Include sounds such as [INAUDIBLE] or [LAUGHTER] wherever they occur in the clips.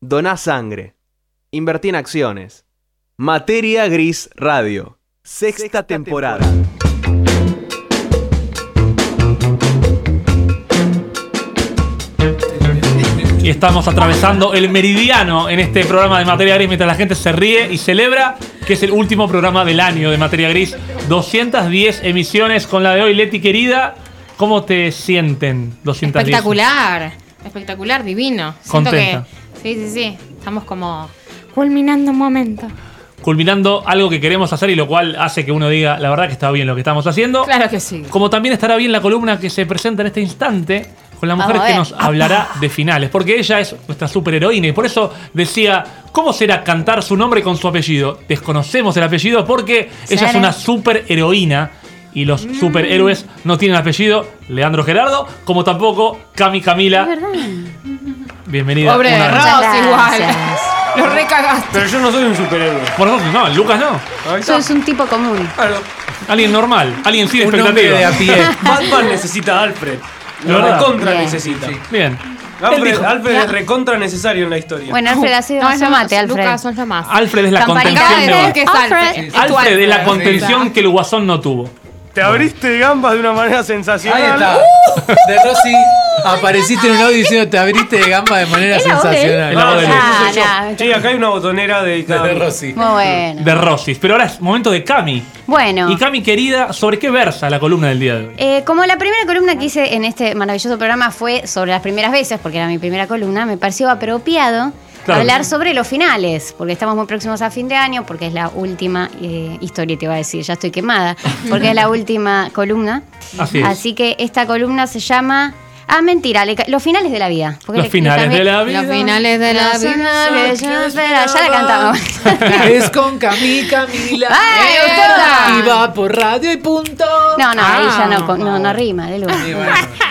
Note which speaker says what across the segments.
Speaker 1: Doná sangre. Invertí en acciones. Materia Gris Radio. Sexta,
Speaker 2: Sexta
Speaker 1: temporada.
Speaker 3: Y estamos atravesando el meridiano en este programa de Materia Gris mientras la gente se ríe y celebra que es el último programa del año de Materia Gris. 210 emisiones con la de hoy, Leti querida. ¿Cómo te sienten 210?
Speaker 4: Espectacular, espectacular, divino.
Speaker 3: Contenta.
Speaker 4: que. Sí, sí, sí. Estamos como culminando un momento.
Speaker 3: Culminando algo que queremos hacer y lo cual hace que uno diga, la verdad que está bien lo que estamos haciendo.
Speaker 4: Claro que sí.
Speaker 3: Como también estará bien la columna que se presenta en este instante con la
Speaker 4: Vamos
Speaker 3: mujer
Speaker 4: a
Speaker 3: que
Speaker 4: ver.
Speaker 3: nos hablará de finales, porque ella es nuestra superheroína y por eso decía, ¿cómo será cantar su nombre con su apellido? Desconocemos el apellido porque ella es
Speaker 4: Sara. Mm.
Speaker 3: una superheroína y los superhéroes no tienen apellido, Leandro Gerardo, como tampoco Cami Camila. Bienvenida.
Speaker 4: Pobre
Speaker 3: una
Speaker 4: de
Speaker 3: vez
Speaker 4: Ross
Speaker 3: más.
Speaker 4: igual.
Speaker 5: gracias.
Speaker 4: [LAUGHS] Lo recagaste.
Speaker 2: Pero yo no soy un superhéroe.
Speaker 3: Por favor, no, Lucas no.
Speaker 5: Sos un tipo común.
Speaker 2: Claro,
Speaker 3: Alguien normal, alguien sin
Speaker 2: un hombre de
Speaker 3: expectativa.
Speaker 2: a pie. [LAUGHS] Batman necesita a Alfred. Lo
Speaker 3: verdad.
Speaker 2: recontra
Speaker 5: Bien.
Speaker 2: necesita.
Speaker 3: Bien. Él
Speaker 2: Alfred,
Speaker 3: dijo-
Speaker 2: Alfred es recontra necesario en la historia.
Speaker 5: Bueno, Alfred, ha sido
Speaker 4: No, es
Speaker 5: más
Speaker 4: lo más,
Speaker 5: mate, Alfred.
Speaker 4: Lucas, sos lo más.
Speaker 3: Alfred es la
Speaker 5: Campanita
Speaker 3: contención
Speaker 4: Acaba
Speaker 5: de
Speaker 4: de
Speaker 3: de
Speaker 4: decir que es
Speaker 5: Alfred.
Speaker 4: Alfred. Es tu
Speaker 3: Alfred
Speaker 4: ¿eh?
Speaker 3: es la contención
Speaker 4: Sí.
Speaker 3: que el Guasón no tuvo.
Speaker 2: Te abriste gambas de una manera sensacional.
Speaker 6: Ahí está.
Speaker 2: Uh.
Speaker 6: De Rossi, apareciste en un audio diciendo te abriste de gamba de manera
Speaker 5: Era vos,
Speaker 2: Ah,
Speaker 3: El
Speaker 2: no,
Speaker 5: ¿eh?
Speaker 3: lado
Speaker 2: no,
Speaker 3: de-
Speaker 2: ese soy
Speaker 5: Ah,
Speaker 2: yo.
Speaker 5: no.
Speaker 2: Che, acá hay una botonera dedicada a
Speaker 6: De
Speaker 2: mí.
Speaker 6: Rossi.
Speaker 5: Muy bueno.
Speaker 3: de Rosis. Pero ahora es momento de Cami.
Speaker 5: Bueno.
Speaker 3: Y Cami, querida, ¿sobre qué versa la columna del día de hoy?
Speaker 5: eh, como la primera columna que hice en este maravilloso programa fue sobre las primeras veces, porque era mi primera columna, me pareció apropiado
Speaker 3: Claro.
Speaker 5: hablar sobre los finales, porque estamos muy próximos a fin de año, porque es la última eh, historia, te iba a decir, ya
Speaker 3: [LAUGHS]
Speaker 5: estoy quemada, porque es la última columna.
Speaker 3: Así es.
Speaker 5: Así que esta columna se llama... Ah, mentira, le ca- los finales de la vida. porque
Speaker 3: Los
Speaker 5: le- le
Speaker 3: finales
Speaker 5: cambié-
Speaker 3: de la vida.
Speaker 4: Los finales de la
Speaker 5: Los
Speaker 4: vida.
Speaker 5: finales, yo espera, ya la cantamos.
Speaker 6: [LAUGHS] Es con Cami Camila.
Speaker 5: ¡Ay,
Speaker 4: me gusta!
Speaker 6: y va por radio y punto.
Speaker 5: No, no, ahí
Speaker 4: Ah.
Speaker 5: ya no, no, no rima, de luz.
Speaker 6: Y bueno,
Speaker 5: [LAUGHS]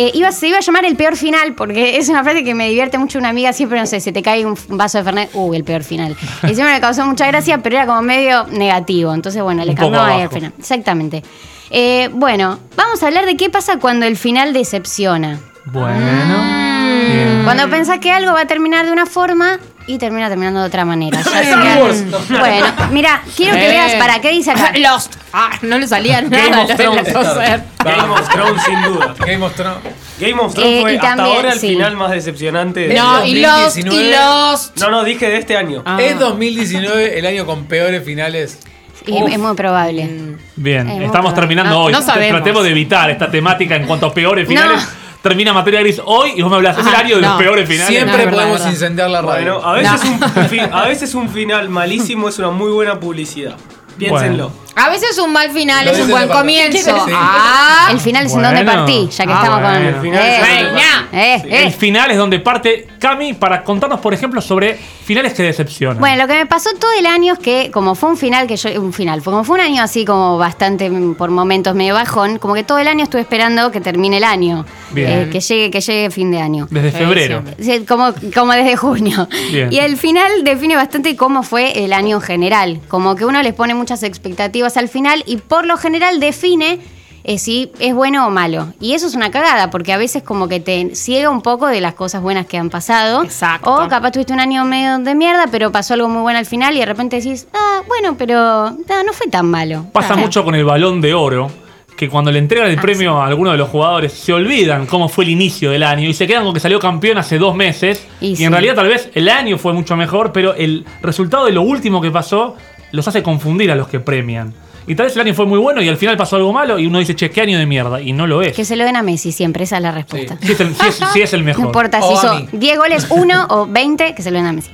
Speaker 5: Eh, iba, se iba a llamar el peor final, porque es una frase que me divierte mucho una amiga, siempre, no sé, se te cae un vaso de Fernet, uy, el
Speaker 3: [LAUGHS]
Speaker 5: peor final. Y siempre me causó mucha gracia, pero era como medio negativo, entonces bueno, le
Speaker 3: Un poco
Speaker 5: cambió ahí el
Speaker 3: abajo.
Speaker 5: final. Exactamente. Eh, bueno, vamos a hablar de qué pasa cuando el final decepciona.
Speaker 3: Bueno. Bien.
Speaker 5: Cuando pensás que algo va a terminar de una forma y termina terminando de
Speaker 3: [LAUGHS]
Speaker 5: otra manera. Así
Speaker 2: Star
Speaker 5: que-
Speaker 2: Wars.
Speaker 5: [LAUGHS] bueno, mira, quiero que
Speaker 4: Eh.
Speaker 5: veas para qué dice
Speaker 3: [LAUGHS]
Speaker 5: acá.
Speaker 4: [LAUGHS] Lost. Ah, no le salía
Speaker 3: Game of
Speaker 4: nada. lo de
Speaker 3: Thrones
Speaker 4: los
Speaker 3: estaba.
Speaker 4: ser.
Speaker 2: Game of Thrones, sin duda.
Speaker 6: Game of Thrones.
Speaker 2: Game of Thrones
Speaker 5: Eh,
Speaker 2: fue
Speaker 5: y
Speaker 2: hasta
Speaker 5: también,
Speaker 2: ahora el
Speaker 5: sí.
Speaker 2: final más decepcionante. de-
Speaker 4: No, y Lost, y
Speaker 6: 2019.
Speaker 4: Lost.
Speaker 2: No, no, dije de este año.
Speaker 4: Ah.
Speaker 6: Es 2019 el año con peores finales.
Speaker 5: Y es muy probable.
Speaker 3: Bien.
Speaker 5: Eh, vamos
Speaker 3: Estamos
Speaker 5: a-
Speaker 3: terminando
Speaker 4: no-
Speaker 3: hoy.
Speaker 4: no sabemos.
Speaker 3: Tratemos de evitar esta temática en cuanto a peores
Speaker 5: No.
Speaker 3: finales. Termina materia gris hoy y vos me hablas
Speaker 4: Ajá,
Speaker 3: escenario de los
Speaker 4: no.
Speaker 3: peores finales.
Speaker 6: Siempre
Speaker 4: No, es verdad,
Speaker 6: podemos
Speaker 4: verdad.
Speaker 6: incendiar la radio.
Speaker 2: Bueno, a veces, un fin- a veces un final malísimo es una muy buena publicidad. Piénsenlo.
Speaker 4: A veces un mal final
Speaker 6: Lo
Speaker 4: es un
Speaker 6: dice
Speaker 4: buen
Speaker 6: la palabra.
Speaker 4: comienzo.
Speaker 6: Sí.
Speaker 4: Ah.
Speaker 5: El final es
Speaker 3: Bueno.
Speaker 5: en donde partí, ya que
Speaker 3: Ah,
Speaker 5: estamos
Speaker 3: bueno.
Speaker 5: con.
Speaker 2: El final es
Speaker 5: Eh,
Speaker 2: en donde partí.
Speaker 5: eh, eh.
Speaker 3: El final es donde parte Cami para contarnos, por ejemplo, sobre finales que decepcionan.
Speaker 5: Bueno, lo que me pasó todo el año es que, como fue un final que yo. Un final, fue como fue un año así, como bastante mm, por momentos medio bajón, como que todo el año estuve esperando que termine el año.
Speaker 3: Bien.
Speaker 5: Eh, que llegue, que llegue fin de año.
Speaker 3: Desde febrero.
Speaker 4: Buenísimo.
Speaker 5: Sí, como, como desde junio.
Speaker 3: Bien.
Speaker 5: Y el final define bastante cómo fue el año en general. Como que uno les pone muchas expectativas al final y por lo general define eh, si es bueno o malo. Y eso es una cagada, porque a veces como que te ciega un poco de las cosas buenas que han pasado.
Speaker 4: Exacto.
Speaker 5: O capaz tuviste un año medio de mierda, pero pasó algo muy bueno al final y de repente decís, ah, bueno, pero ah, no fue tan malo.
Speaker 3: Pasa
Speaker 5: Ah.
Speaker 3: mucho con el balón de oro, que cuando le entregan el premio a alguno de los jugadores se olvidan cómo fue el inicio del año y se quedan con que salió campeón hace dos meses.
Speaker 5: Y
Speaker 3: Y,
Speaker 5: sí.
Speaker 3: en realidad tal vez el año fue mucho mejor, pero el resultado de lo último que pasó los hace confundir a los que premian. Y tal vez el año fue muy bueno y al final pasó algo malo y uno dice, che, qué año de mierda. Y no lo es.
Speaker 5: Que se lo den a Messi siempre, esa es la respuesta.
Speaker 3: Sí es el, sí es- sí
Speaker 5: [LAUGHS]
Speaker 3: es el mejor.
Speaker 5: No importa si
Speaker 6: O a
Speaker 5: hizo
Speaker 6: mí.
Speaker 5: 10 goles, 1 o 20, que se lo den a Messi.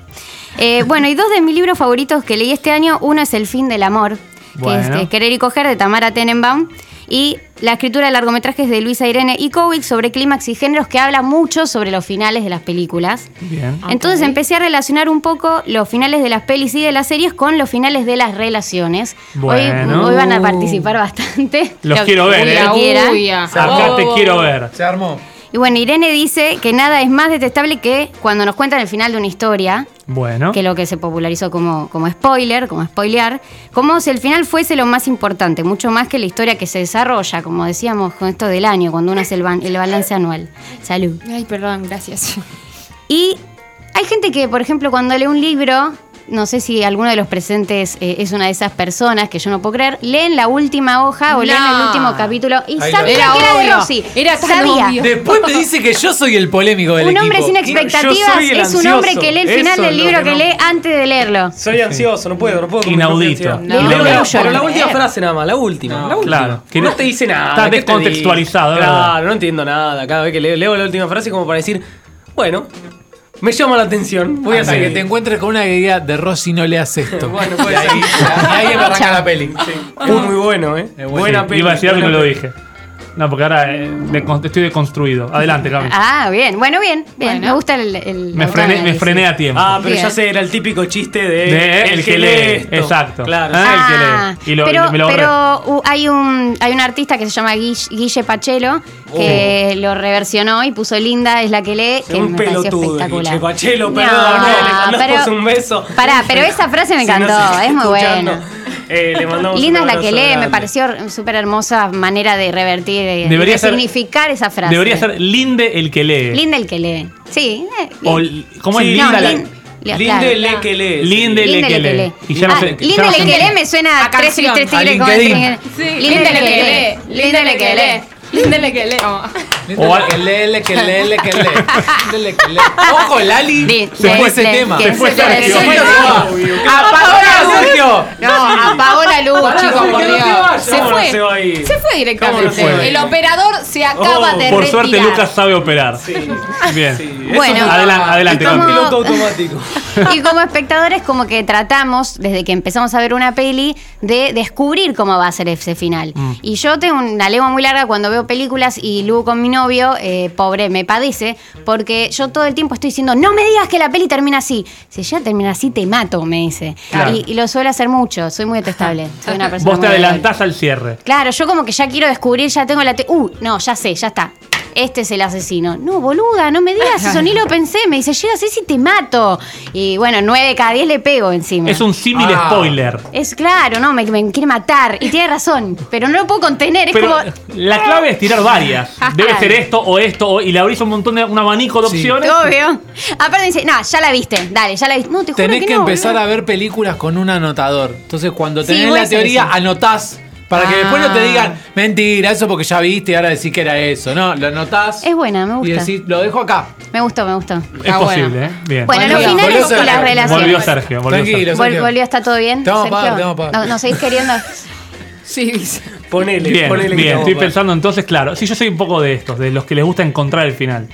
Speaker 5: Eh, bueno, y dos de mis libros favoritos que leí este año, uno es El fin del amor, que es
Speaker 3: Bueno.
Speaker 5: eh, Querer y Coger de Tamara Tenenbaum, y la escritura de largometrajes de Luisa Irene y Kowick sobre clímax y géneros que habla mucho sobre los finales de las películas.
Speaker 3: Bien.
Speaker 5: Entonces empecé a relacionar un poco los finales de las pelis y de las series con los finales de las relaciones.
Speaker 3: Bueno.
Speaker 5: Hoy, hoy van a participar bastante.
Speaker 3: Los quiero ver,
Speaker 5: que
Speaker 3: ¿eh?
Speaker 5: quieran.
Speaker 4: Uy, ah.
Speaker 3: Acá te
Speaker 5: Oh.
Speaker 3: quiero ver.
Speaker 6: Se armó.
Speaker 5: Y bueno, Irene dice que nada es más detestable que cuando nos cuentan el final de una historia,
Speaker 3: Bueno.
Speaker 5: que lo que se popularizó como, como spoiler, como spoilear, como si el final fuese lo más importante, mucho más que la historia que se desarrolla, como decíamos con esto del año, cuando uno hace el, ban- el balance anual. Salud.
Speaker 4: Ay, perdón, gracias.
Speaker 5: Y Hay gente que, por ejemplo, cuando lee un libro, no sé si alguno de los presentes eh, es una de esas personas que yo no puedo creer, leen la última hoja o leen el
Speaker 4: No.
Speaker 5: último capítulo y
Speaker 6: Ahí
Speaker 5: saben
Speaker 6: lo-
Speaker 5: que
Speaker 4: Era
Speaker 5: era de
Speaker 4: obvio.
Speaker 5: Rossi.
Speaker 4: Era tan
Speaker 5: Sabía.
Speaker 4: obvio.
Speaker 6: Después me dice que yo soy el polémico del
Speaker 5: Un
Speaker 6: equipo.
Speaker 5: hombre sin
Speaker 6: ¿Qué?
Speaker 5: expectativas
Speaker 2: soy el
Speaker 5: es un hombre
Speaker 2: ansioso.
Speaker 5: que lee el final
Speaker 2: Eso es
Speaker 5: del
Speaker 2: lo
Speaker 5: libro
Speaker 2: que
Speaker 5: que
Speaker 2: no-
Speaker 5: lee antes de leerlo.
Speaker 2: Soy ansioso, no puedo, no puedo. con mi propia
Speaker 3: Inaudito.
Speaker 2: ansiedad.
Speaker 3: No,
Speaker 2: Pero
Speaker 3: no,
Speaker 2: la-
Speaker 3: no,
Speaker 2: pero
Speaker 5: no,
Speaker 2: la
Speaker 5: no, eh.
Speaker 2: última
Speaker 5: no.
Speaker 2: frase nada más, la última. la última.
Speaker 3: claro. Que
Speaker 2: no
Speaker 3: no-
Speaker 2: te dice nada.
Speaker 3: está
Speaker 2: ¿qué te dice?
Speaker 3: descontextualizado, ¿verdad?
Speaker 2: Claro, no entiendo nada. Cada vez que leo, leo la última frase como para decir, bueno, me llama la atención. Voy a
Speaker 3: Ah,
Speaker 6: Hasta que
Speaker 2: seguir.
Speaker 6: te encuentres con una que diga, de Rossi no leas esto.
Speaker 2: Bueno, puede
Speaker 6: y ahí,
Speaker 2: ser.
Speaker 6: y ahí me arranca la peli.
Speaker 2: Muy bueno, ¿eh?
Speaker 6: Es bueno.
Speaker 2: Buena
Speaker 3: Sí,
Speaker 2: peli.
Speaker 3: Iba a decir algo y no
Speaker 2: buena
Speaker 3: lo
Speaker 2: peli.
Speaker 3: dije. No, porque ahora eh, decon- estoy deconstruido. Adelante, Cami.
Speaker 5: Ah, bien. Bueno, bien, bien.
Speaker 4: Bueno.
Speaker 5: Me gusta el. el
Speaker 3: Me
Speaker 5: el
Speaker 3: frené, me
Speaker 5: análisis.
Speaker 3: frené a tiempo.
Speaker 2: Ah, pero
Speaker 5: Bien.
Speaker 2: ya sé, era el típico chiste de.
Speaker 3: De el que lee,
Speaker 2: esto.
Speaker 3: exacto.
Speaker 2: Claro.
Speaker 3: Ah. el que lee. Y lo-
Speaker 5: pero
Speaker 3: y me lo ahorré.
Speaker 5: pero, uh, hay, un, hay un artista que se llama Guille, Guille Pachelo que lo reversionó y puso Linda es la que lee, que
Speaker 2: un
Speaker 5: me pareció
Speaker 2: pelotudo.
Speaker 5: espectacular.
Speaker 2: Che, Pachelo,
Speaker 5: No,
Speaker 2: perdón, eh, le mandamos
Speaker 5: pero-
Speaker 2: un beso.
Speaker 5: Pará, pero esa frase me
Speaker 2: Si nos
Speaker 5: encantó,
Speaker 2: está
Speaker 5: es muy
Speaker 2: escuchando,
Speaker 5: buena.
Speaker 2: eh, le mandamos
Speaker 5: Linda es
Speaker 2: un
Speaker 5: la que
Speaker 2: abrazo
Speaker 5: lee, me
Speaker 2: grande.
Speaker 5: pareció súper hermosa manera de revertir, eh, de,
Speaker 3: Debería ser-
Speaker 5: significar esa frase.
Speaker 3: Debería ser Linde el que lee.
Speaker 5: Linda el que lee. Sí. eh,
Speaker 3: O
Speaker 5: bien.
Speaker 3: li- ¿Cómo es
Speaker 2: Sí,
Speaker 3: Linda?
Speaker 5: No,
Speaker 3: la-
Speaker 5: Lin- le- claro.
Speaker 2: Linde le que lee.
Speaker 3: Linde
Speaker 5: Linda
Speaker 3: le que lee. Y ya no
Speaker 5: Ah,
Speaker 3: sé- ya
Speaker 5: Linda
Speaker 3: no
Speaker 5: le
Speaker 3: sé-
Speaker 5: que lee me suena
Speaker 4: A
Speaker 5: a 3 y
Speaker 4: canción.
Speaker 5: 3
Speaker 6: A
Speaker 5: tigres con
Speaker 6: LinkedIn.
Speaker 4: Linda le que lee. Linda le que lee. Linda le que lee.
Speaker 3: O
Speaker 6: O
Speaker 3: al-
Speaker 6: que lee, le que lee, le que lee. Le, le, que [LAUGHS] lee. Ojo, Lali.
Speaker 5: Di-
Speaker 6: se
Speaker 5: le-
Speaker 6: fue ese
Speaker 5: le-
Speaker 6: tema.
Speaker 5: que
Speaker 3: Se fue
Speaker 4: se le-
Speaker 3: Sergio.
Speaker 4: se le-
Speaker 6: Apagó la Sergio.
Speaker 4: No, apagó la luz, chicos,
Speaker 2: Sergio,
Speaker 4: por
Speaker 2: no te
Speaker 4: Dios.
Speaker 2: vayas.
Speaker 4: Se
Speaker 2: ¿Cómo no se va a
Speaker 4: fue.
Speaker 2: ir?
Speaker 4: Se fue
Speaker 2: ¿Cómo no se
Speaker 4: directamente.
Speaker 2: fue?
Speaker 4: El operador se acaba
Speaker 2: Oh,
Speaker 4: de
Speaker 3: Por suerte,
Speaker 4: retirar.
Speaker 3: Lucas sabe operar. Bien.
Speaker 5: Bueno.
Speaker 3: Adela- adelante,
Speaker 5: ¿Y cómo-
Speaker 3: Cami.
Speaker 2: Piloto automático.
Speaker 5: Y como espectadores, como que tratamos, desde que empezamos a ver una peli, de descubrir cómo va a ser ese final.
Speaker 3: Mm.
Speaker 5: Y yo tengo una lengua muy larga cuando veo películas y Lu con mi novio, eh, pobre, me padece, porque yo todo el tiempo estoy diciendo, no me digas que la peli termina así. Si ya termina así, te mato, me dice.
Speaker 3: Claro.
Speaker 5: Y, y lo suelo hacer mucho, soy muy detestable. Soy una persona
Speaker 3: Vos te
Speaker 5: muy
Speaker 3: adelantás al cierre.
Speaker 5: Claro, yo como que ya quiero descubrir, ya tengo la... te- uh, no, ya sé, ya está. Este es el asesino. No, boluda, no me digas eso, ni
Speaker 6: [LAUGHS]
Speaker 5: lo pensé. Me dice, llega así si te mato. Y bueno, 9 cada 10 le pego encima.
Speaker 3: Es un símil
Speaker 6: Ah.
Speaker 3: spoiler.
Speaker 5: Es claro, no, me, me quiere matar. Y tiene razón, pero no lo puedo contener. Es
Speaker 3: Pero
Speaker 5: como...
Speaker 3: la clave es tirar varias. Debe ser esto o esto o- y le abrís un montón de un abanico de
Speaker 6: Sí.
Speaker 3: opciones.
Speaker 5: Obvio. Aparte dice, no, ya la viste, dale, ya la viste. No, te juro
Speaker 6: Tenés que,
Speaker 5: no,
Speaker 6: empezar
Speaker 5: boluda.
Speaker 6: a ver películas con un anotador. Entonces, cuando
Speaker 5: Sí,
Speaker 6: tenés
Speaker 5: voy a
Speaker 6: la
Speaker 5: hacer
Speaker 6: teoría,
Speaker 5: eso.
Speaker 6: anotás. Para que
Speaker 5: Ah.
Speaker 6: después no te digan, mentira, eso porque ya viste y ahora decís que era eso. No, lo anotás.
Speaker 5: Es buena, me
Speaker 6: Y
Speaker 5: gusta.
Speaker 6: decís, lo dejo acá.
Speaker 5: Me gustó, me gustó.
Speaker 3: Es
Speaker 4: Ah, bueno.
Speaker 3: posible, ¿eh? Bien.
Speaker 5: Bueno,
Speaker 6: Volvió-
Speaker 5: los finales y
Speaker 6: volvió
Speaker 5: las
Speaker 6: Sergio.
Speaker 5: relaciones.
Speaker 3: Volvió Sergio. Volvió
Speaker 6: Tranquilo,
Speaker 3: Sergio.
Speaker 5: Vol-
Speaker 6: Sergio.
Speaker 5: volvió, está todo bien.
Speaker 6: Te vamos a
Speaker 5: Sergio?
Speaker 6: pagar, te vamos a pagar.
Speaker 5: No, ¿nos seguís queriendo.
Speaker 4: Sí, dice.
Speaker 2: Ponele, ponele
Speaker 3: Bien,
Speaker 2: que
Speaker 3: bien.
Speaker 2: estamos
Speaker 3: Estoy
Speaker 2: mal.
Speaker 3: pensando entonces, claro. Sí, yo soy un poco de estos, de los que les gusta encontrar el final.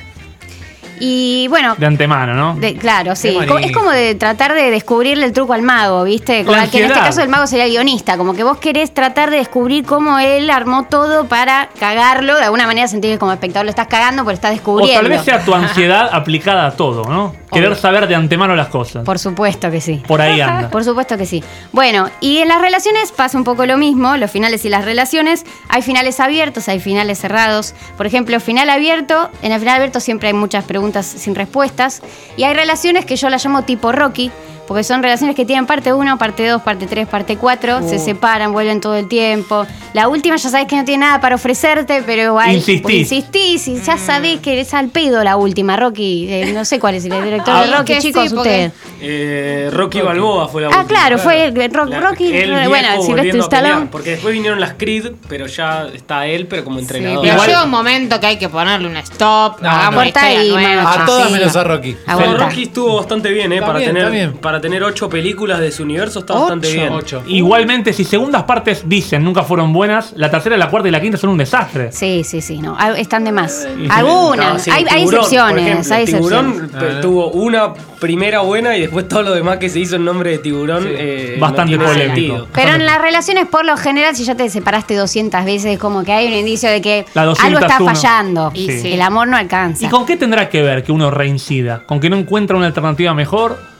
Speaker 5: Y bueno,
Speaker 3: De antemano, ¿no?
Speaker 5: De- claro, sí.
Speaker 6: Qué
Speaker 5: Co-
Speaker 6: bonito.
Speaker 5: Es como de tratar de descubrirle el truco al mago, ¿viste?
Speaker 3: Con
Speaker 5: Como que en este
Speaker 3: ansiedad.
Speaker 5: caso el mago sería el guionista. Como que vos querés tratar de descubrir cómo él armó todo para cagarlo. De alguna manera sentir que como espectador lo estás cagando, pero estás
Speaker 3: o
Speaker 5: descubriendo.
Speaker 3: tal vez sea tu ansiedad aplicada a todo, ¿no? Querer saber de antemano las cosas. Por,
Speaker 5: Por supuesto que sí.
Speaker 3: ahí anda.
Speaker 5: [LAUGHS] Por supuesto que sí. Bueno, y en las relaciones pasa un poco lo mismo, los finales y las relaciones. Hay finales abiertos, hay finales cerrados. Por ejemplo, final abierto, en el final abierto siempre hay muchas preguntas sin respuestas. Y hay relaciones que yo las llamo tipo Rocky, porque son relaciones que tienen parte 1, parte 2, parte 3, parte 4, se
Speaker 3: Uh.
Speaker 5: separan, vuelven todo el tiempo. La última ya sabes que no tiene nada para ofrecerte, pero igual
Speaker 3: Insistís.
Speaker 5: insistís y
Speaker 4: Mm.
Speaker 5: ya sabés que es al pedo la última, Rocky. Eh, no sé cuál es el director
Speaker 4: Ah,
Speaker 5: de Rocky,
Speaker 4: que sí,
Speaker 5: chicos,
Speaker 4: porque-
Speaker 5: ustedes.
Speaker 2: Eh, Rocky Balboa fue la
Speaker 5: Ah,
Speaker 2: última.
Speaker 5: claro, fue el- Rock-
Speaker 2: Claro,
Speaker 5: Rocky,
Speaker 2: el viejo
Speaker 5: bueno, Sylvester
Speaker 2: volviendo a pelear,
Speaker 5: Stallone.
Speaker 2: Porque después vinieron las Creed, pero ya está él, pero como
Speaker 4: Sí,
Speaker 2: entrenador.
Speaker 4: pero
Speaker 3: Igual-
Speaker 4: llega un momento que hay que ponerle un stop.
Speaker 6: No,
Speaker 4: hagamos
Speaker 6: no.
Speaker 4: una
Speaker 5: Corta
Speaker 4: historia
Speaker 5: y
Speaker 4: nueva.
Speaker 5: mano.
Speaker 6: A todas
Speaker 5: Ah, sí. Ah.
Speaker 6: menos a Rocky.
Speaker 2: No,
Speaker 5: Aguanta.
Speaker 2: Rocky estuvo bastante bien, ¿eh?
Speaker 6: Está
Speaker 2: para,
Speaker 6: bien, está
Speaker 2: tener,
Speaker 6: bien.
Speaker 2: para tener ocho películas de su universo está bastante
Speaker 6: Ocho.
Speaker 2: bien.
Speaker 6: Ocho.
Speaker 3: Igualmente, si segundas partes dicen nunca fueron buenas, la tercera, la cuarta y la quinta son un desastre.
Speaker 5: Sí, sí, sí, no. ah, Están de más.
Speaker 3: sí.
Speaker 5: Algunas.
Speaker 2: No, sí,
Speaker 5: hay, hay
Speaker 2: Tiburón,
Speaker 5: excepciones.
Speaker 2: por ejemplo,
Speaker 5: hay excepciones.
Speaker 2: Tiburón eh, tuvo una primera buena y después todo lo demás que se hizo en nombre de Tiburón. eh, no
Speaker 3: Bastante
Speaker 2: tiene
Speaker 3: polémico.
Speaker 2: sentido.
Speaker 3: [LAUGHS]
Speaker 5: Pero en las relaciones, por lo general, si ya te separaste 200 veces, como que hay un indicio de que
Speaker 3: La
Speaker 5: algo está
Speaker 3: 201.
Speaker 5: fallando.
Speaker 3: Y
Speaker 4: sí.
Speaker 5: El amor no alcanza.
Speaker 3: ¿Y
Speaker 5: Y,
Speaker 3: con qué tendrá que ver que uno reincida? ¿Con que no encuentra una alternativa mejor?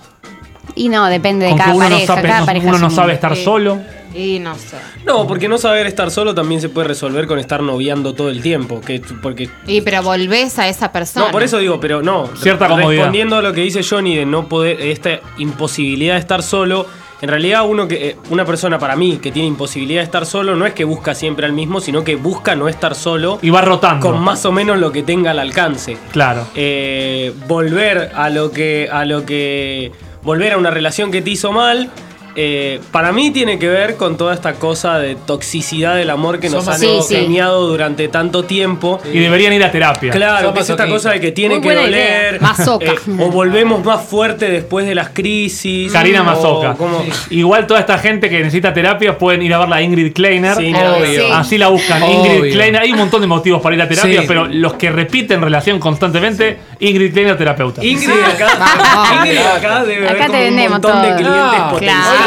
Speaker 5: no, depende de
Speaker 3: ¿Con que
Speaker 5: cada
Speaker 3: uno no
Speaker 5: pareja.
Speaker 3: sabe,
Speaker 5: cada
Speaker 3: no-
Speaker 5: pareja
Speaker 3: uno
Speaker 5: es
Speaker 3: no
Speaker 5: un
Speaker 3: sabe
Speaker 5: mundo.
Speaker 3: estar
Speaker 4: Sí.
Speaker 3: solo?
Speaker 4: Y no sé.
Speaker 2: No, porque no saber estar solo también se puede resolver con estar noviando todo el tiempo. Que, porque
Speaker 4: Y pero volvés a esa persona.
Speaker 2: No, por eso digo, pero no.
Speaker 3: Cierta comodidad.
Speaker 2: Respondiendo a lo que dice Johnny de no poder, esta imposibilidad de estar solo, En realidad, uno que, eh, una persona para mí que tiene imposibilidad de estar solo no es que busca siempre al mismo, sino que busca no estar solo
Speaker 3: Y va rotando.
Speaker 2: con más o menos lo que tenga al alcance.
Speaker 3: Claro.
Speaker 2: Eh, volver a lo que. a lo que. volver a una relación que te hizo mal. eh, para mí tiene que ver con toda esta cosa de toxicidad del amor que nos
Speaker 6: Somos-
Speaker 2: han
Speaker 5: Sí, sí.
Speaker 2: enseñado durante tanto tiempo.
Speaker 3: Y deberían ir a terapia.
Speaker 2: Claro,
Speaker 6: Somos
Speaker 2: que es esta
Speaker 6: masoquistas.
Speaker 2: cosa de que tiene
Speaker 5: Muy
Speaker 2: que
Speaker 5: buena idea.
Speaker 2: doler. eh,
Speaker 5: Masoca.
Speaker 2: o volvemos más fuerte después de las crisis.
Speaker 3: Karina
Speaker 2: o
Speaker 3: Mazoca.
Speaker 2: como-
Speaker 3: Igual toda esta gente que necesita terapias pueden ir a verla a Ingrid Kleiner.
Speaker 2: Sí,
Speaker 5: obvio. Sí.
Speaker 3: Así Ah, la buscan. Ingrid
Speaker 6: Obvio.
Speaker 3: Kleiner. Hay un montón de motivos para ir a terapia,
Speaker 6: Sí.
Speaker 3: pero los que repiten relación constantemente, Ingrid Kleiner terapeuta.
Speaker 2: Ingrid acá,
Speaker 5: [LAUGHS] Vamos.
Speaker 2: Ingrid acá debe
Speaker 5: Acá
Speaker 2: haber
Speaker 5: te
Speaker 2: como un
Speaker 5: vendemos
Speaker 2: montón de
Speaker 5: todo.
Speaker 2: clientes
Speaker 6: No,
Speaker 2: potenciales.
Speaker 5: claro.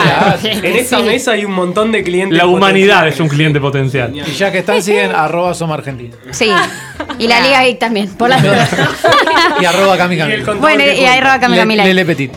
Speaker 2: En esta
Speaker 5: Sí.
Speaker 2: mesa hay un montón de clientes
Speaker 3: la humanidad
Speaker 2: potenciales.
Speaker 3: es un cliente potencial.
Speaker 6: Y ya que están,
Speaker 5: [LAUGHS]
Speaker 6: siguen arroba Somos Argentina.
Speaker 5: Sí. Y la Liga Geek también, por las
Speaker 3: [LAUGHS]
Speaker 5: dudas.
Speaker 6: Y arroba Cami
Speaker 2: Y el
Speaker 6: Cami.
Speaker 2: contador
Speaker 5: Bueno,
Speaker 2: que
Speaker 5: y ahí
Speaker 2: cuenta.
Speaker 5: roba Camila Milay.
Speaker 6: Lele Petit.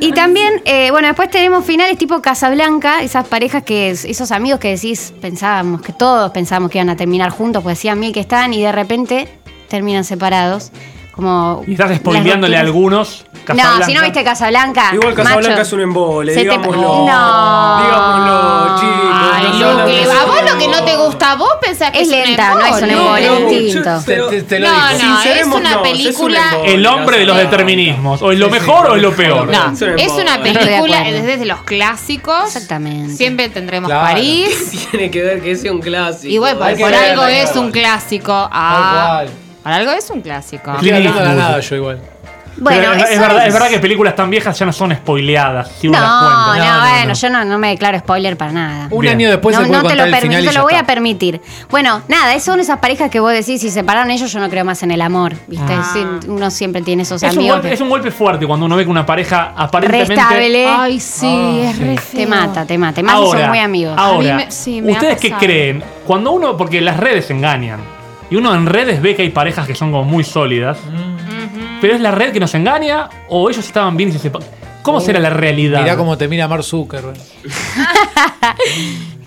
Speaker 5: Y también, eh, bueno, después tenemos finales tipo Casablanca, esas parejas que, esos amigos que decís, pensábamos, que todos pensábamos que iban a terminar juntos, pues decían mil que están, y de repente terminan separados. Como
Speaker 3: Y estás
Speaker 5: las
Speaker 3: spoileándole a
Speaker 5: rutinas.
Speaker 3: algunos.
Speaker 5: No,
Speaker 3: Casablanca.
Speaker 5: si no viste Casablanca.
Speaker 2: Igual Casablanca
Speaker 5: macho,
Speaker 2: es un embole,
Speaker 5: se te-
Speaker 2: digámoslo.
Speaker 5: No.
Speaker 2: Digámoslo, chicos.
Speaker 4: Ay,
Speaker 2: Casablanca
Speaker 4: Luque,
Speaker 2: es
Speaker 4: a
Speaker 2: un
Speaker 4: vos lo que no
Speaker 2: embole.
Speaker 4: te gusta a vos pensás que
Speaker 5: Es
Speaker 4: es, un
Speaker 5: lenta, no es un
Speaker 2: No,
Speaker 5: embole,
Speaker 2: no,
Speaker 5: es distinto.
Speaker 2: yo-
Speaker 6: Te, te lo
Speaker 4: No,
Speaker 6: digo.
Speaker 4: no, es
Speaker 2: Sinceremos,
Speaker 4: una
Speaker 2: no, es un
Speaker 4: película.
Speaker 2: embole.
Speaker 3: El hombre de los determinismos. O es lo
Speaker 6: Sí, sí.
Speaker 3: mejor o es lo peor.
Speaker 4: No,
Speaker 2: Es un
Speaker 4: es una
Speaker 2: embole.
Speaker 4: película
Speaker 5: Estoy de acuerdo.
Speaker 4: desde los clásicos.
Speaker 5: Exactamente.
Speaker 4: Siempre tendremos
Speaker 6: Claro.
Speaker 2: [LAUGHS]
Speaker 4: París.
Speaker 2: Tiene que ver que es un clásico.
Speaker 4: Y bueno,
Speaker 6: Hay
Speaker 4: por,
Speaker 6: que
Speaker 4: por
Speaker 6: ver,
Speaker 4: algo
Speaker 6: hay que
Speaker 4: es
Speaker 6: ver.
Speaker 4: un clásico. Ah,
Speaker 6: Tal cual.
Speaker 4: por algo es un clásico.
Speaker 6: Estoy hablando de la nada yo igual.
Speaker 5: Bueno,
Speaker 3: Pero es, es
Speaker 5: eso
Speaker 3: verdad, es verdad que películas tan viejas ya no son spoileadas. Si uno
Speaker 5: No,
Speaker 3: las
Speaker 5: no,
Speaker 3: cuenta.
Speaker 5: bueno, yo no, no me declaro spoiler para nada.
Speaker 6: Un
Speaker 3: Bien.
Speaker 6: año después
Speaker 5: no,
Speaker 6: se puede
Speaker 5: no te
Speaker 6: contar
Speaker 5: lo,
Speaker 6: el
Speaker 5: permito,
Speaker 6: final y
Speaker 5: te
Speaker 6: ya
Speaker 5: lo voy
Speaker 6: está.
Speaker 5: a permitir. Bueno, nada, esas son esas parejas que vos decís, si se separaron ellos, yo no creo más en el amor. ¿viste?
Speaker 4: Ah.
Speaker 5: Sí, uno siempre tiene esos
Speaker 3: Es un,
Speaker 5: amigos
Speaker 3: golpe,
Speaker 5: que
Speaker 3: es un golpe fuerte cuando uno ve que una pareja aparentemente.
Speaker 5: restable.
Speaker 4: Ay, sí, es re feo.
Speaker 5: te mata, te mata. Más si son muy amigos.
Speaker 3: Ahora,
Speaker 4: A mí me- sí, me ha
Speaker 3: ¿ustedes qué
Speaker 4: pasado.
Speaker 3: creen? Cuando uno, porque las redes engañan, y uno en redes ve que hay parejas que son como muy sólidas, pero es la red que nos engaña o ellos estaban bien y se separan. ¿Cómo será la realidad?
Speaker 6: Mirá cómo te mira Mark Zuckerberg.